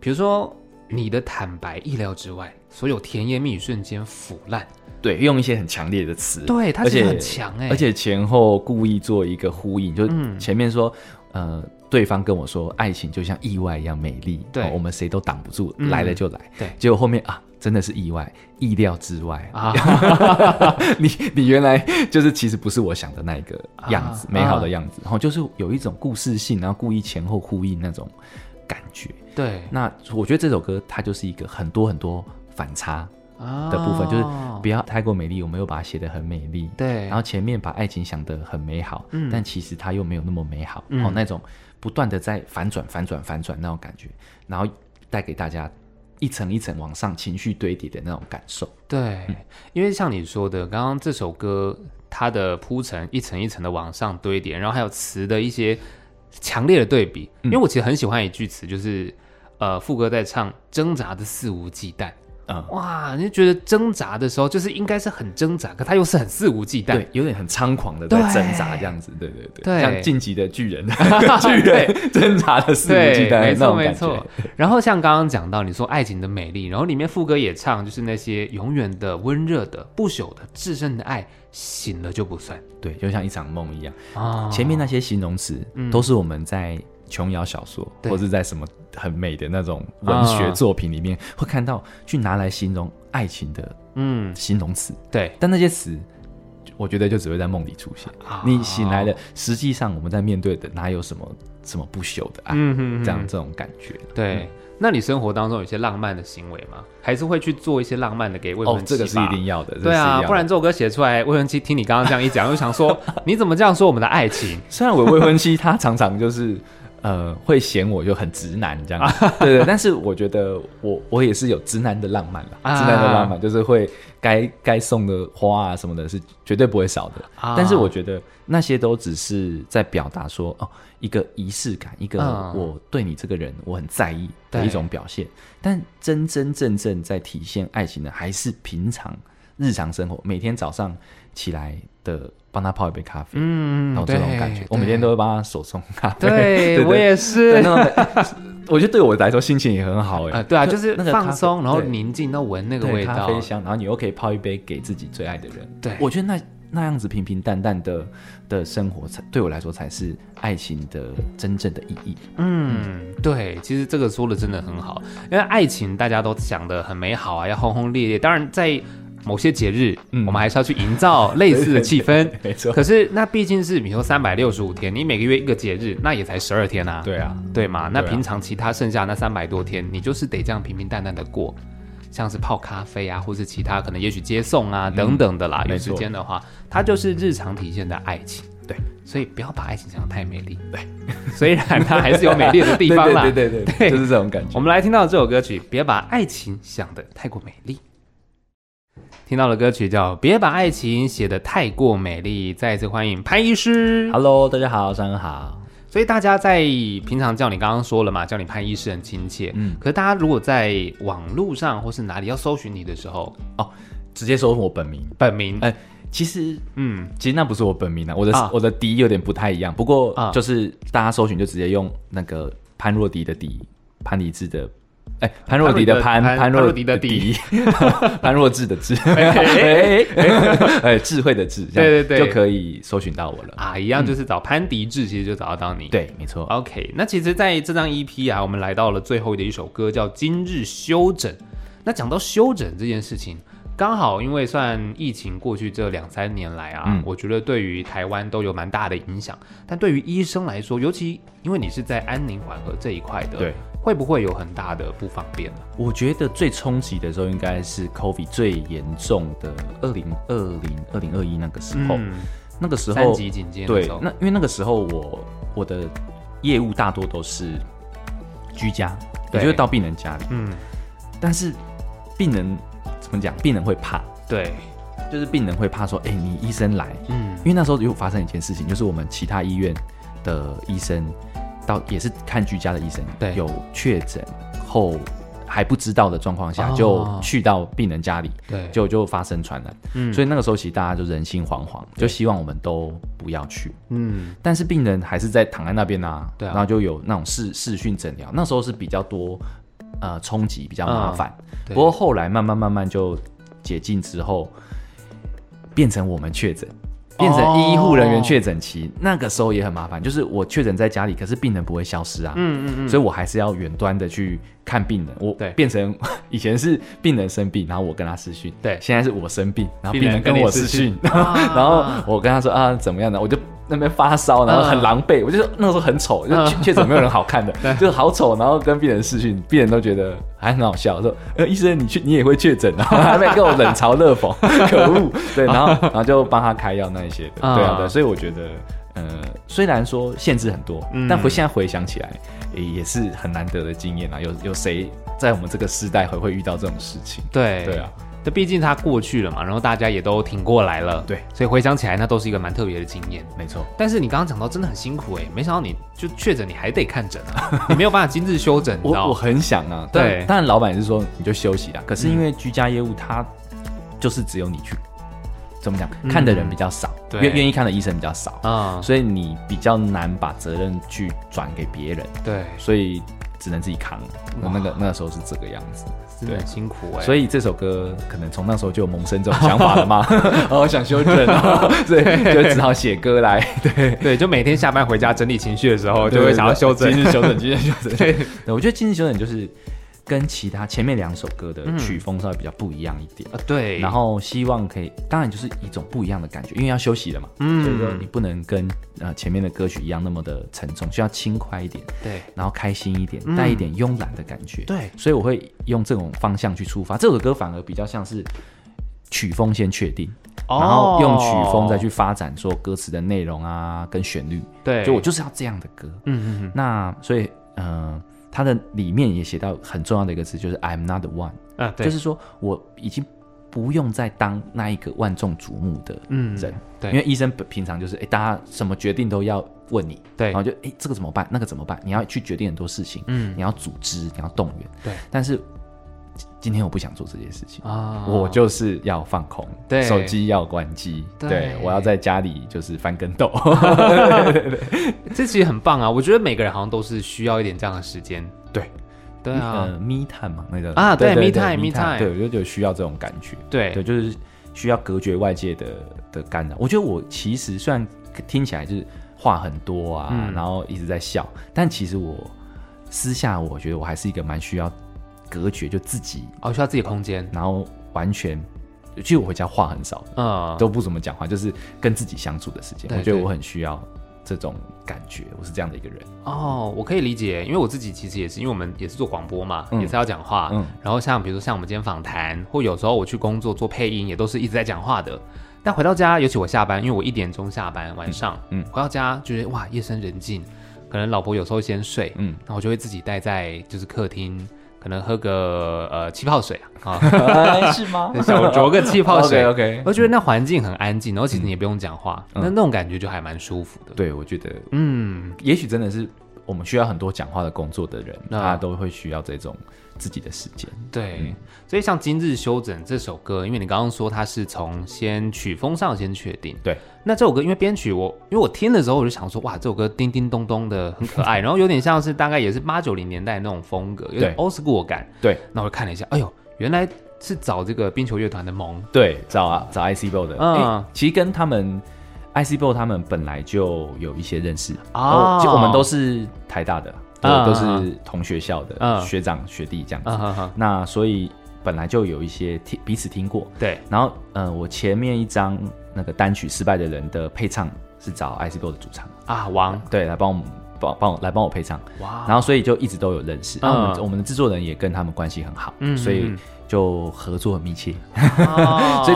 Speaker 1: 比如说你的坦白意料之外，所有甜言蜜语瞬间腐烂，
Speaker 2: 对，用一些很强烈的词，
Speaker 1: 对，它
Speaker 2: 而
Speaker 1: 其实
Speaker 2: 且
Speaker 1: 很强哎、
Speaker 2: 而 且前后故意做一个呼应，就
Speaker 1: 嗯
Speaker 2: 前面说，呃，对方跟我说，爱情就像意外一样美丽，
Speaker 1: 对
Speaker 2: 哦我们谁都挡不住，
Speaker 1: 嗯
Speaker 2: 来了就来。
Speaker 1: 对
Speaker 2: 结果后面啊，真的是意外，意料之外啊！
Speaker 1: 啊，
Speaker 2: 你你原来就是其实不是我想的那一个样子，
Speaker 1: 啊
Speaker 2: 美好的样子，然后就是有一种故事性，然后故意前后呼应那种感觉。
Speaker 1: 对
Speaker 2: 那我觉得这首歌它就是一个很多很多反差，
Speaker 1: 的
Speaker 2: 的部
Speaker 1: 哦
Speaker 2: 分，就是不要太过美丽，我们又把它写得很美丽，
Speaker 1: 啊对，
Speaker 2: 然后前面把爱情想得很美好，
Speaker 1: 嗯
Speaker 2: 但其实它又没有那么美好，
Speaker 1: 嗯
Speaker 2: 哦，那种不断的在反转、反转、反转那种感觉，然后带给大家一层一层往上情绪堆叠的那种感受。
Speaker 1: 对，
Speaker 2: 嗯
Speaker 1: 因为像你说的，刚刚这首歌它的铺陈一层一层的往上堆叠，然后还有词的一些强烈的对比。
Speaker 2: 嗯
Speaker 1: 因为我其实很喜欢一句词，就是呃副歌在唱挣扎的肆无忌惮，
Speaker 2: 嗯，
Speaker 1: 哇，你就觉得挣扎的时候就是应该是很挣扎，可他又是很肆无忌惮。
Speaker 2: 对，有点很猖狂的在
Speaker 1: 对
Speaker 2: 挣扎这样子，对对对，
Speaker 1: 对
Speaker 2: 像晋级的巨人， 巨人挣扎的肆无忌惮的
Speaker 1: 没
Speaker 2: 那
Speaker 1: 错
Speaker 2: 种
Speaker 1: 没
Speaker 2: 感
Speaker 1: 错
Speaker 2: 觉。。
Speaker 1: 然后像刚刚讲到，你说爱情的美丽，然后里面副歌也唱，就是那些永远的温热的、不朽的、至深的爱，醒了就不算
Speaker 2: 对，就像一场梦一样。
Speaker 1: 啊。嗯
Speaker 2: 前面那些形容词都是我们在琼瑶小说、
Speaker 1: 对啊
Speaker 2: 或是在什么很美的那种文学作品里面、会看到，去拿来形容爱情的
Speaker 1: 嗯，
Speaker 2: 形容词，
Speaker 1: 对，
Speaker 2: 但那些词。我觉得就只会在梦里出现
Speaker 1: 啊。
Speaker 2: 你醒来了，实际上我们在面对的哪有什么什么不朽的爱？
Speaker 1: 嗯哼哼
Speaker 2: 这样这种感觉。
Speaker 1: 对。那你生活当中有些浪漫的行为吗？还是会去做一些浪漫的给未婚
Speaker 2: 哦
Speaker 1: 妻，
Speaker 2: 这个是
Speaker 1: 吧
Speaker 2: 一定要的。这
Speaker 1: 对
Speaker 2: 是一定
Speaker 1: 啊，
Speaker 2: 要
Speaker 1: 不然
Speaker 2: 的
Speaker 1: 这首歌写出来，未婚妻听你刚刚这样一讲，就想 说你怎么这样说我们的爱情？
Speaker 2: 虽然我未婚妻她常常就是 呃会嫌我就很直男这 样，对对，但是我觉得我我也是有直男的浪漫啦，
Speaker 1: 啊
Speaker 2: 直男的浪漫就是会该该送的花啊什么的是绝对不会少的，
Speaker 1: 啊
Speaker 2: 但是我觉得那些都只是在表达说哦一个仪式感，一个
Speaker 1: 嗯
Speaker 2: 我对你这个人我很在意的
Speaker 1: 对
Speaker 2: 一种表现，但真真正正在体现爱情的还是平常日常生活，每天早上起来的帮他泡一杯咖啡，
Speaker 1: 嗯
Speaker 2: 然后这种感觉，我每天都会帮他手冲咖啡。
Speaker 1: 对
Speaker 2: 对
Speaker 1: 我也是
Speaker 2: 对那种感觉，我觉得对我来说心情也很好哎、
Speaker 1: 啊，对啊，就是
Speaker 2: 那个咖
Speaker 1: 放
Speaker 2: 啡
Speaker 1: 松，然后
Speaker 2: 对
Speaker 1: 宁静，那闻那个
Speaker 2: 对
Speaker 1: 味
Speaker 2: 咖
Speaker 1: 道，
Speaker 2: 啡香，然后你又可以泡一杯给自己最爱的人。
Speaker 1: 对
Speaker 2: 我觉得那那样子平平淡淡的的生活才，对我来说才是爱情的真正的意义。
Speaker 1: 嗯，对，其实这个说的真的很好，因为爱情大家都想的很美好啊，要轰轰烈烈。当然，在某些节日，
Speaker 2: 嗯
Speaker 1: 我们还是要去营造类似的气氛。
Speaker 2: 没错，
Speaker 1: 可是那毕竟是比如说三百六十五天，你每个月一个节日，那也才十二天啊，
Speaker 2: 对啊，
Speaker 1: 对嘛？那
Speaker 2: 对啊
Speaker 1: 平常其他剩下那三百多天，你就是得这样平平淡淡的过，像是泡咖啡啊，或是其他可能也许接送啊等等的啦。有
Speaker 2: 嗯没
Speaker 1: 时
Speaker 2: 错
Speaker 1: 间的话，它就是日常体现的爱情。
Speaker 2: 对，
Speaker 1: 所以不要把爱情想得太美丽。对， 虽然它还是有美丽的地方啦。
Speaker 2: 对对对对对，就是这种感觉
Speaker 1: 我。们来听到这首歌曲《别把爱情想得太过美丽》。听到的歌曲叫《别把爱情写得太过美丽》，再一次欢迎潘医师。
Speaker 2: Hello，大家好，上午好。
Speaker 1: 所以大家在平常叫你刚刚说了嘛，叫你潘医师很亲切。嗯
Speaker 2: 嗯，
Speaker 1: 可是大家如果在网络上或是哪里要搜寻你的时候，
Speaker 2: 直接说我本名，
Speaker 1: 本名，
Speaker 2: 哎、其实
Speaker 1: 嗯，
Speaker 2: 其实那不是我本名啊，我的、
Speaker 1: 啊
Speaker 2: 我的迪有点不太一样，不过
Speaker 1: 啊
Speaker 2: 就是大家搜寻就直接用那个潘若迪的迪，潘迪志的，哎、潘若迪的潘，
Speaker 1: 潘
Speaker 2: 潘
Speaker 1: 若
Speaker 2: 若
Speaker 1: 迪的迪，
Speaker 2: 潘若智的智，
Speaker 1: 哎
Speaker 2: 哎哎，智慧的智，这
Speaker 1: 对
Speaker 2: 样
Speaker 1: 对对
Speaker 2: 就可以搜寻到我了。
Speaker 1: 啊，一样
Speaker 2: 嗯
Speaker 1: 就是找潘迪志，其实就找得到你。
Speaker 2: 对，没错，
Speaker 1: ，OK。那其实，在这张 EP 啊，我们来到了最后的一首歌，叫《今日休整》。那讲到休整这件事情，刚好因为算疫情过去这两三年来啊，
Speaker 2: 嗯
Speaker 1: 我觉得对于台湾都有蛮大的影响。但对于医生来说，尤其因为你是在安宁缓和这一块的，
Speaker 2: 对。
Speaker 1: 会不会有很大的不方便呢？
Speaker 2: 我觉得最冲击的时候应该是 COVID 最严重的二零二零、二零二一那个时候，
Speaker 1: 嗯，
Speaker 2: 那个时候
Speaker 1: 三级警戒的
Speaker 2: 对
Speaker 1: 时候，，
Speaker 2: 那因为那个时候我我的业务大多都是居家，
Speaker 1: 对
Speaker 2: 也就是到病人家里。
Speaker 1: 嗯，
Speaker 2: 但是病人怎么讲？病人会怕，
Speaker 1: 对，
Speaker 2: 就是病人会怕说：“哎、你医生来。”
Speaker 1: 嗯
Speaker 2: 因为那时候有发生一件事情，就是我们其他医院的医生到也是看居家的医生，
Speaker 1: 对
Speaker 2: 有确诊后还不知道的状况下，
Speaker 1: 哦
Speaker 2: 就去到病人家里，
Speaker 1: 对，
Speaker 2: 就就发生传染。
Speaker 1: 嗯
Speaker 2: 所以那个时候其实大家就人心惶惶，就希望我们都不要去。
Speaker 1: 嗯
Speaker 2: 但是病人还是在躺在那边啊，
Speaker 1: 对啊
Speaker 2: 然后就有那种视视讯诊疗，那时候是比较多呃冲击，比较麻烦。
Speaker 1: 嗯对
Speaker 2: 不过后来慢慢慢慢就解禁之后，变成我们确诊，
Speaker 1: 哦
Speaker 2: 变成医护人员确诊期，那个时候也很麻烦。就是我确诊在家里，可是病人不会消失啊，
Speaker 1: 嗯嗯嗯，
Speaker 2: 所以我还是要远端的去看病人。我
Speaker 1: 对
Speaker 2: 变成 以前是病人生病，然后我跟他视讯，
Speaker 1: 对
Speaker 2: 现在是我生病，然后
Speaker 1: 病
Speaker 2: 病
Speaker 1: 人
Speaker 2: 人跟
Speaker 1: 跟你
Speaker 2: 我
Speaker 1: 视
Speaker 2: 视
Speaker 1: 讯
Speaker 2: 讯，然后我跟他说啊嗯怎么样呢？我就那边发烧，然后很狼狈，我嗯就说那个时候很丑，就确确诊没有人好看的，就好丑，然后跟病人视讯，病人都觉得还很好笑，说呃医生你去你也会确诊啊， 还没跟我冷嘲热讽，可恶。对，然后然后就帮他开药那一些的，对啊
Speaker 1: 啊
Speaker 2: 对，所以我觉得。呃，虽然说限制很多，
Speaker 1: 嗯
Speaker 2: 但回现在回想起来，也也是很难得的经验啊。有有谁在我们这个时代会会遇到这种事情？
Speaker 1: 对
Speaker 2: 对啊，，
Speaker 1: 那毕竟它过去了嘛，然后大家也都挺过来了，
Speaker 2: 对，
Speaker 1: 所以回想起来那都是一个蛮特别的经验。
Speaker 2: 没错。
Speaker 1: 但是你刚刚讲到真的很辛苦哎、没想到你就确诊，你还得看诊 啊，你没有办法今日休诊，你知
Speaker 2: 我
Speaker 1: 道？
Speaker 2: 我很想啊，
Speaker 1: 对嗯
Speaker 2: 但当然老板也是说你就休息啊。可是因为居家业务，它就是只有你去，怎么讲，
Speaker 1: 嗯
Speaker 2: 看的人比较少，
Speaker 1: 对
Speaker 2: 愿愿意看的医生比较少，
Speaker 1: 啊、
Speaker 2: 所以你比较难把责任去转给别人，
Speaker 1: 对，
Speaker 2: 所以只能自己扛。那那个那个时候是这个样子，
Speaker 1: 真的很辛苦哎、
Speaker 2: 所
Speaker 1: 以
Speaker 2: 以这首歌可能从那时候就有萌生这种想法 了嘛， 哦，想休整啊，所以就只好写歌来，对。
Speaker 1: 对，就每天下班回家整理情绪的时候，哦就会想要休整。
Speaker 2: 今日 休整，今日休整。
Speaker 1: 对，
Speaker 2: 对，我觉得《今日休整》就是跟其他前面两首歌的曲风稍微比较不一样一点，
Speaker 1: 啊嗯对，
Speaker 2: 然后希望可以，当然就是一种不一样的感觉，因为要休息了嘛，
Speaker 1: 嗯
Speaker 2: 所以说你不能跟呃前面的歌曲一样那么的沉重，需要轻快一点，
Speaker 1: 对
Speaker 2: 然后开心一点，带一点慵懒的感觉，
Speaker 1: 嗯对
Speaker 2: 所以我会用这种方向去出发，这首歌反而比较像是。曲风先确定，
Speaker 1: 哦
Speaker 2: 然后用曲风再去发展说歌词的内容啊，跟旋律，
Speaker 1: 对，
Speaker 2: 就我就是要这样的歌，
Speaker 1: 哎嗯嗯嗯
Speaker 2: 那所以，嗯、呃，它的里面也写到很重要的一个字，就是 I'm not the one，
Speaker 1: 啊对，
Speaker 2: 就是说我已经不用再当那一个万众瞩目的
Speaker 1: 嗯
Speaker 2: 人，
Speaker 1: 对
Speaker 2: 因为医生本平常就是，哎、大家什么决定都要问你，
Speaker 1: 对
Speaker 2: 然后就，哎、这个怎么办，那个怎么办，你要去决定很多事情，
Speaker 1: 嗯
Speaker 2: 你要组织，你要动员，
Speaker 1: 对，
Speaker 2: 但是今今天我不想做这件事情。
Speaker 1: 啊
Speaker 2: 我就是要放空，
Speaker 1: 对
Speaker 2: 手机要关机，
Speaker 1: 对
Speaker 2: 我要在家里就是翻跟 斗，
Speaker 1: 这其实很棒啊，我觉得每个人好像都是需要一点这样的时间。
Speaker 2: 对，
Speaker 1: 对啊，
Speaker 2: 呃，me time 嘛，那个
Speaker 1: 啊对，me time，me
Speaker 2: me
Speaker 1: time
Speaker 2: 对，我就觉得需要这种感觉，
Speaker 1: 对
Speaker 2: 对，就是需要隔绝外界的的干扰。我觉得我其实虽然听起来就是话很多啊，
Speaker 1: 嗯
Speaker 2: 然后一直在笑，但其实我私下我觉得我还是一个蛮需要隔绝，就自己，
Speaker 1: 哦，需要自己空间。
Speaker 2: 然后完全，其实我回家话很少，
Speaker 1: 嗯，
Speaker 2: 都不怎么讲话，就是跟自己相处的时间，
Speaker 1: 对
Speaker 2: 我觉得
Speaker 1: 对
Speaker 2: 我很需要这种感觉，我是这样的一个人，
Speaker 1: 哦，我可以理解，因为我自己其实也是，因为我们也是做广播嘛，
Speaker 2: 嗯
Speaker 1: 也是要讲话。
Speaker 2: 嗯
Speaker 1: 然后像比如说像我们今天访谈，或有时候我去工作做配音，也都是一直在讲话的。但回到家，尤其我下班，因为我一点钟下班，晚上，嗯
Speaker 2: 嗯，
Speaker 1: 回到家觉得哇，夜深人静，可能老婆有时候先睡，嗯
Speaker 2: 嗯，
Speaker 1: 那我就会自己待在就是客厅，可能喝个呃气泡水 啊，
Speaker 2: 是 吗
Speaker 1: 啊小酌个气泡水
Speaker 2: OK，
Speaker 1: 我觉得那环境很安静，然后其实你也不用讲话，
Speaker 2: 嗯
Speaker 1: 那那种感觉就还蛮舒服的。
Speaker 2: 对，我觉得
Speaker 1: 嗯，
Speaker 2: 也许真的是我们需要很多讲话的工作的人，
Speaker 1: 啊
Speaker 2: 他都会需要这种自己的时间。
Speaker 1: 对。
Speaker 2: 嗯
Speaker 1: 所以像《今日修整》这首歌，因为你刚刚说它是从先曲风上先确定，
Speaker 2: 对。
Speaker 1: 那这首歌因为编曲我，因为我听的时候我就想说，哇，这首歌叮叮咚咚的很 可爱，然后有点像是大概也是八九零年代那种风格，有点
Speaker 2: 对
Speaker 1: old school 感。
Speaker 2: 对
Speaker 1: 那我看了一下，哎呦，原来是找这个冰球乐团的萌，
Speaker 2: 对，找啊找 IC b o 的，
Speaker 1: 嗯
Speaker 2: 诶其实跟他们 IC b o 他们本来就有一些认识
Speaker 1: 哦
Speaker 2: 就我们都是台大的，对，
Speaker 1: 嗯
Speaker 2: 都是同学校的、
Speaker 1: 嗯
Speaker 2: 学长学弟这样子。
Speaker 1: 啊哈哈，
Speaker 2: 那所以本来就有一些听彼此听过，
Speaker 1: 对，
Speaker 2: 然后，嗯、我前面一张那个单曲《失败的人》的配唱是找 IC b o 的主唱，
Speaker 1: 啊，王，
Speaker 2: 对，来帮我们帮帮我来帮我配唱，
Speaker 1: 哇，
Speaker 2: 然后所以就一直都有认识。
Speaker 1: 啊嗯
Speaker 2: 然后我们、我们的制作人也跟他们关系很好，
Speaker 1: 嗯
Speaker 2: 所以
Speaker 1: 嗯
Speaker 2: 就合作很密切。 所
Speaker 1: 哦
Speaker 2: 以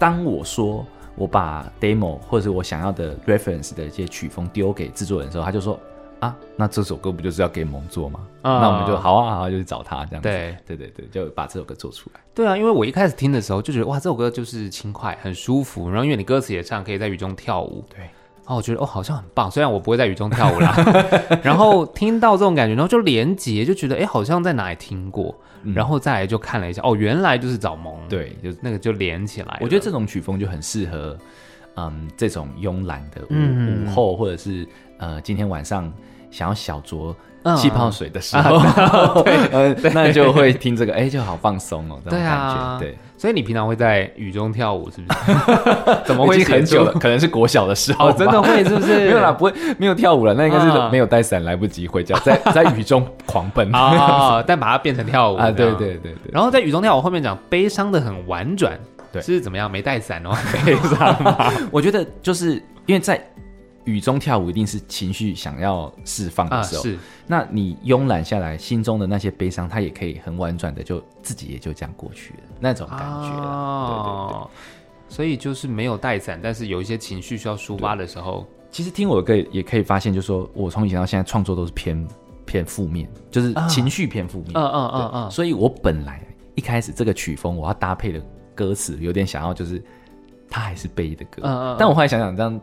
Speaker 2: 当我说我把 demo 或者是我想要的 reference 的一些曲风丢给制作人的时候，他就说啊，那这首歌不就是要给萌做吗？
Speaker 1: 嗯
Speaker 2: 那我们就好啊好啊，就去找他这样子。
Speaker 1: 对
Speaker 2: 对对对，就把这首歌做出来。
Speaker 1: 对啊，因为我一开始听的时候就觉得哇，这首歌就是轻快，很舒服，然后因为你歌词也唱，可以在雨中跳舞。
Speaker 2: 对，
Speaker 1: 哦，我觉得哦，好像很棒。虽然我不会在雨中跳 舞啦， 然后听到这种感觉，然后就连结，就觉得哎，好像在哪里听过，然后再来就看了一下，哦，原来就是找萌，，
Speaker 2: 嗯对，就
Speaker 1: 那个就连起来了。
Speaker 2: 我觉得这种曲风就很适合，嗯，这种慵懒的午、
Speaker 1: 嗯
Speaker 2: 午后，或者是呃，今天晚上想要小酌
Speaker 1: 嗯啊
Speaker 2: 气泡水的时候， 呃， 那就会听这个，哎、就好放松哦，这种
Speaker 1: 对
Speaker 2: 感
Speaker 1: 啊
Speaker 2: 觉，对。
Speaker 1: 所以你平常会在雨中跳舞是不 是？怎么
Speaker 2: 我已
Speaker 1: 会
Speaker 2: 经很
Speaker 1: 写出
Speaker 2: 久了，？可能是国小的时 候
Speaker 1: 哦，
Speaker 2: 吧，
Speaker 1: 真的会是不是？
Speaker 2: 没有啦，不会没有跳舞了，那应该
Speaker 1: 啊
Speaker 2: 是没有带伞来不及回家，在
Speaker 1: 嗯
Speaker 2: 在雨中狂 奔啊，
Speaker 1: 啊，但把它变成跳舞这
Speaker 2: 对
Speaker 1: 样
Speaker 2: 对对对，
Speaker 1: 然后在雨中跳舞后面讲悲伤的很婉转，
Speaker 2: 对
Speaker 1: 是怎么样？没带伞哦，悲伤吗？
Speaker 2: 我觉得就是因为在雨中跳舞一定是情绪想要释放
Speaker 1: 啊，
Speaker 2: 的时候，
Speaker 1: 是
Speaker 2: 那你慵懒下来，心中的那些悲伤，它也可以很婉转的就自己也就这样过去了，那种感觉啊啦。对对对。
Speaker 1: 哦所以就是没有带伞，但是有一些情绪需要抒发的时候，
Speaker 2: 其实听我歌也可以发现，就是说我从以前到现在创作都是偏偏负面，就是
Speaker 1: 啊
Speaker 2: 情绪偏负面。
Speaker 1: 嗯嗯嗯
Speaker 2: 对
Speaker 1: 嗯，
Speaker 2: 所以我本来一开始这个曲风我要搭配的歌词有点想要就是它还是悲的歌，
Speaker 1: 嗯嗯嗯
Speaker 2: 但我后来想想这样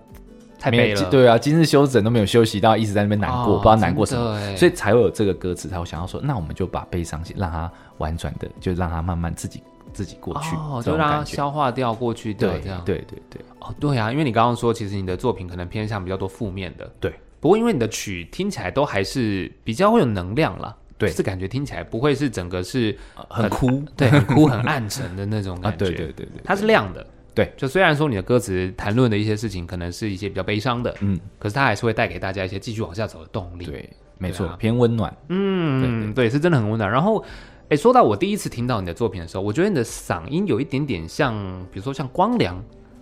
Speaker 1: 太
Speaker 2: 没有
Speaker 1: 悲了
Speaker 2: 对啊，今日休整都没有休息到，一直在那边难过，
Speaker 1: 哦
Speaker 2: 不知道难过什
Speaker 1: 真的
Speaker 2: 么，
Speaker 1: 欸
Speaker 2: 所以才会有这个歌词，才会想要说，那我们就把悲伤让它婉转的，就让它慢慢自己自己过去，
Speaker 1: 哦，
Speaker 2: 这
Speaker 1: 就
Speaker 2: 种
Speaker 1: 让它
Speaker 2: 感觉。
Speaker 1: 消化掉、过去掉
Speaker 2: 对
Speaker 1: 这样。
Speaker 2: 对对对
Speaker 1: 哦，对啊，因为你刚刚说，其实你的作品可能偏向比较多负面的，
Speaker 2: 对
Speaker 1: 不过因为你的曲听起来都还是比较会有能量啦，
Speaker 2: 对
Speaker 1: 就是感觉听起来不会是整个 是
Speaker 2: 很哭，
Speaker 1: 对，很哭、很暗沉的那种
Speaker 2: 啊，
Speaker 1: 感觉。
Speaker 2: 对对对对，
Speaker 1: 它是亮的。
Speaker 2: 对，
Speaker 1: 就虽然说你的歌词谈论的一些事情可能是一些比较悲伤的，
Speaker 2: 嗯，
Speaker 1: 可是它还是会带给大家一些继续往下走的动力。，
Speaker 2: 对，没错
Speaker 1: 对啊，
Speaker 2: 偏温暖，
Speaker 1: 嗯，对，是真的很温暖。然后，哎，说到我第一次听到你的作品的时候，我觉得你的嗓音有一点点像，比如说像光良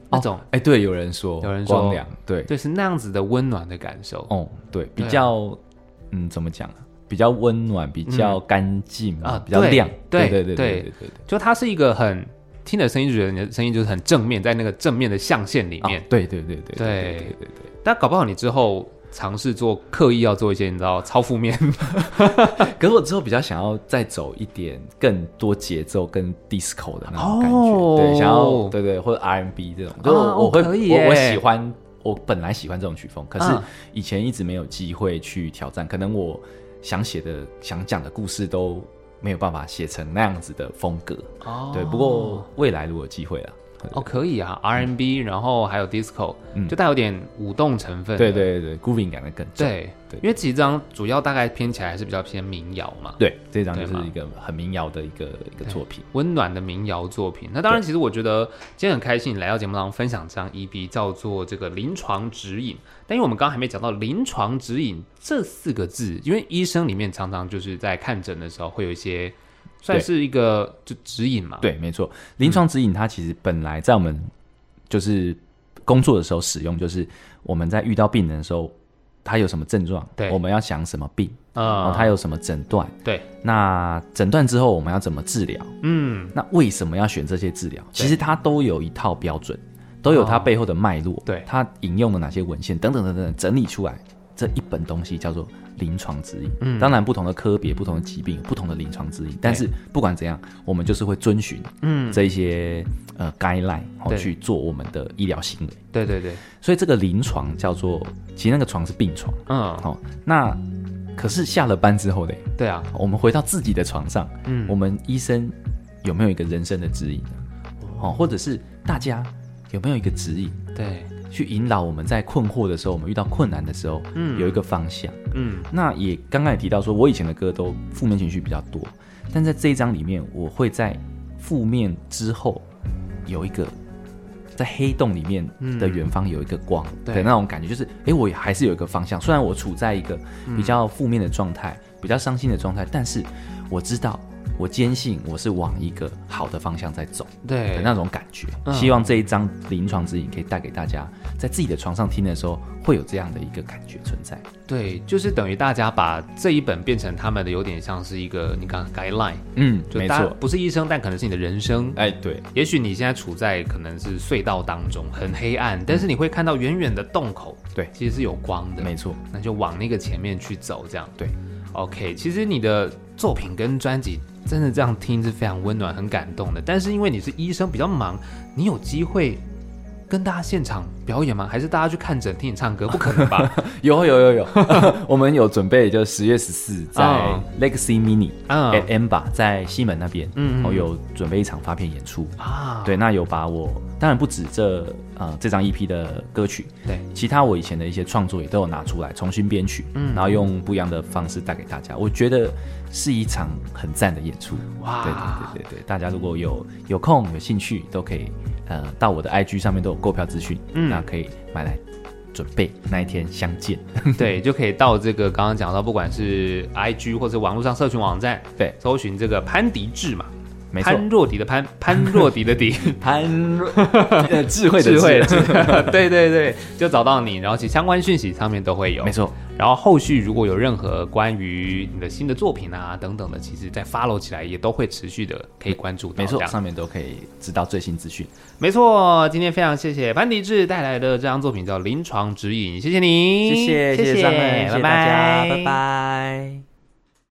Speaker 1: 那种，
Speaker 2: 哎，对，有人说，
Speaker 1: 有人说
Speaker 2: 光良，对，
Speaker 1: 对，是那样子的温暖的感受。
Speaker 2: 哦，对，比
Speaker 1: 对啊
Speaker 2: 较，嗯，怎么讲啊？比较温暖，比较干净嘛
Speaker 1: 啊
Speaker 2: 比较
Speaker 1: 对
Speaker 2: 亮，
Speaker 1: 对
Speaker 2: 对
Speaker 1: 对
Speaker 2: 对对对对
Speaker 1: 就它是一个很听的声音，就觉得你的声音就是很正面，在那个正面的象限里
Speaker 2: 对，
Speaker 1: 面
Speaker 2: 啊。对对对对
Speaker 1: 对
Speaker 2: 对对对对。
Speaker 1: 但搞不好你之后尝试做刻意要做一些你知道超负面
Speaker 2: 可是我之后比较想要再走一点更多节奏、更 disco 的那种感觉，
Speaker 1: 哦
Speaker 2: 对，想要对对或者 R&B 这种，就
Speaker 1: 哦
Speaker 2: 我会、
Speaker 1: 可以耶
Speaker 2: 我我喜欢，我本来喜欢这种曲风，可是
Speaker 1: 嗯
Speaker 2: 以前一直没有机会去挑战，可能我想写的、想讲的故事都没有办法写成那样子的风格，
Speaker 1: 哦
Speaker 2: 对。不过未来如果有机会啊，
Speaker 1: 哦可以啊，R&B，然后还有 disco，、
Speaker 2: 嗯
Speaker 1: 就带有点舞动成分的。
Speaker 2: 对对对对，grooving 感的更重。
Speaker 1: 对
Speaker 2: 对
Speaker 1: 因为其实这张主要大概偏起来还是比较偏民谣嘛，
Speaker 2: 对，这张就
Speaker 1: 对嘛
Speaker 2: 是一个很民谣的一个一个作品。
Speaker 1: 温暖的民谣作品。那当然，其实我觉得今天很开心你来到节目当中分享这张 EP，叫做这个《临床指引》。但因为我们刚刚还没讲到“临床指引”这四个字，因为医生里面常常就是在看诊的时候会有一些算是一个就指引嘛，，嗯
Speaker 2: 对，没错，临床指引它其实本来在我们就是工作的时候使用，就是我们在遇到病人的时候，他有什么症状，
Speaker 1: 对
Speaker 2: 我们要想什么病，然
Speaker 1: 啊、
Speaker 2: 哦后他有什么诊断，
Speaker 1: 对，
Speaker 2: 那诊断之后我们要怎么治疗？
Speaker 1: 嗯，
Speaker 2: 那为什么要选这些治疗？其实它都有一套标准，都有它背后的脉络，
Speaker 1: 对
Speaker 2: 它引用的哪些文献等等等等整理出来。这一本东西叫做临床指引，嗯，当然不同的科别、不同的疾病、不同的临床指引，但是不管怎样，我们就是会遵循，嗯，这一些呃 guideline 哦
Speaker 1: 对
Speaker 2: 去做我们的医疗行为。
Speaker 1: 对对对，
Speaker 2: 所以这个临床叫做，其实那个床是病床，
Speaker 1: 嗯，
Speaker 2: 哦，那可是下了班之后嘞，
Speaker 1: 对啊，
Speaker 2: 我们回到自己的床上，
Speaker 1: 嗯
Speaker 2: 嗯，我们医生有没有一个人生的指引呢？哦，或者是大家有没有一个指引，
Speaker 1: 对，
Speaker 2: 去引导我们在困惑的时候，我们遇到困难的时候，嗯，有一个方向。
Speaker 1: 嗯，
Speaker 2: 那也刚刚也提到说，我以前的歌都负面情绪比较多，但在这一张里面，我会在负面之后有一个在黑洞里面的远方有一个光
Speaker 1: 嗯对
Speaker 2: 的那种感觉，就是诶，我还是有一个方向。虽然我处在一个比
Speaker 1: 嗯
Speaker 2: 较负面的状态、比较伤心的状态，但是我知道，我坚信我是往一个好的方向在走的
Speaker 1: 对，
Speaker 2: 那种感觉。
Speaker 1: 嗯
Speaker 2: 希望这一张临床指引可以带给大家，在自己的床上听的时候，会有这样的一个感觉存在。
Speaker 1: 对，就是等于大家把这一本变成他们的有点像是一个你刚刚 guideline，
Speaker 2: 嗯，
Speaker 1: 就
Speaker 2: 没
Speaker 1: 大家
Speaker 2: 错。
Speaker 1: 不是医生，但可能是你的人生，
Speaker 2: 哎，对，
Speaker 1: 也许你现在处在可能是隧道当中，很黑暗，但是你会看到远远的洞口，
Speaker 2: 嗯对
Speaker 1: 其实是有光的，
Speaker 2: 没错，
Speaker 1: 那就往那个前面去走，这样。
Speaker 2: 对
Speaker 1: ，OK，其实你的作品跟专辑真的这样听是非常温暖、很感动的。但是因为你是医生，比较忙，你有机会跟大家现场表演吗？还是大家去看诊听你唱歌？不可能 吧？
Speaker 2: 有有有有，我们有准备，就十月十四在
Speaker 1: 嗯
Speaker 2: Legacy Mini
Speaker 1: 嗯
Speaker 2: at Mba 在西门那边，
Speaker 1: 嗯嗯
Speaker 2: 嗯，我有准备一场发片演出。
Speaker 1: 啊，
Speaker 2: 对，那有把我当然不止这呃这张 EP 的歌曲，
Speaker 1: 对，
Speaker 2: 其他我以前的一些创作也都有拿出来重新编曲，嗯，然后用不一样的方式带给大家。我觉得是一场很赞的演出，
Speaker 1: 哇
Speaker 2: 对对对对对，大家如果有有空有兴趣，都可以呃到我的 IG 上面都有购票资讯，嗯，那可以买来准备那一天相见。
Speaker 1: 对，就可以到这个刚刚讲到，不管是 IG 或者网络上社群网站，
Speaker 2: 对
Speaker 1: 搜寻这个潘迪志嘛，
Speaker 2: 没错
Speaker 1: 潘若迪的 潘，潘若迪的迪，
Speaker 2: 潘若呃智慧的
Speaker 1: 智 慧的智， 对对对，就找到你，然后其实相关讯息上面都会有，
Speaker 2: 没错。
Speaker 1: 然后后续如果有任何关于你的新的作品啊等等的，其实在 follow 起来也都会持续的可以关注到。
Speaker 2: 没
Speaker 1: 这
Speaker 2: 错，
Speaker 1: 样
Speaker 2: 上面都可以知道最新资讯。
Speaker 1: 没错。今天非常谢谢潘迪志带来的这张作品叫《临床指引》，谢谢你，
Speaker 2: 谢谢谢谢张恩，
Speaker 1: 拜
Speaker 2: 谢谢
Speaker 1: 拜，
Speaker 2: 大家，拜拜。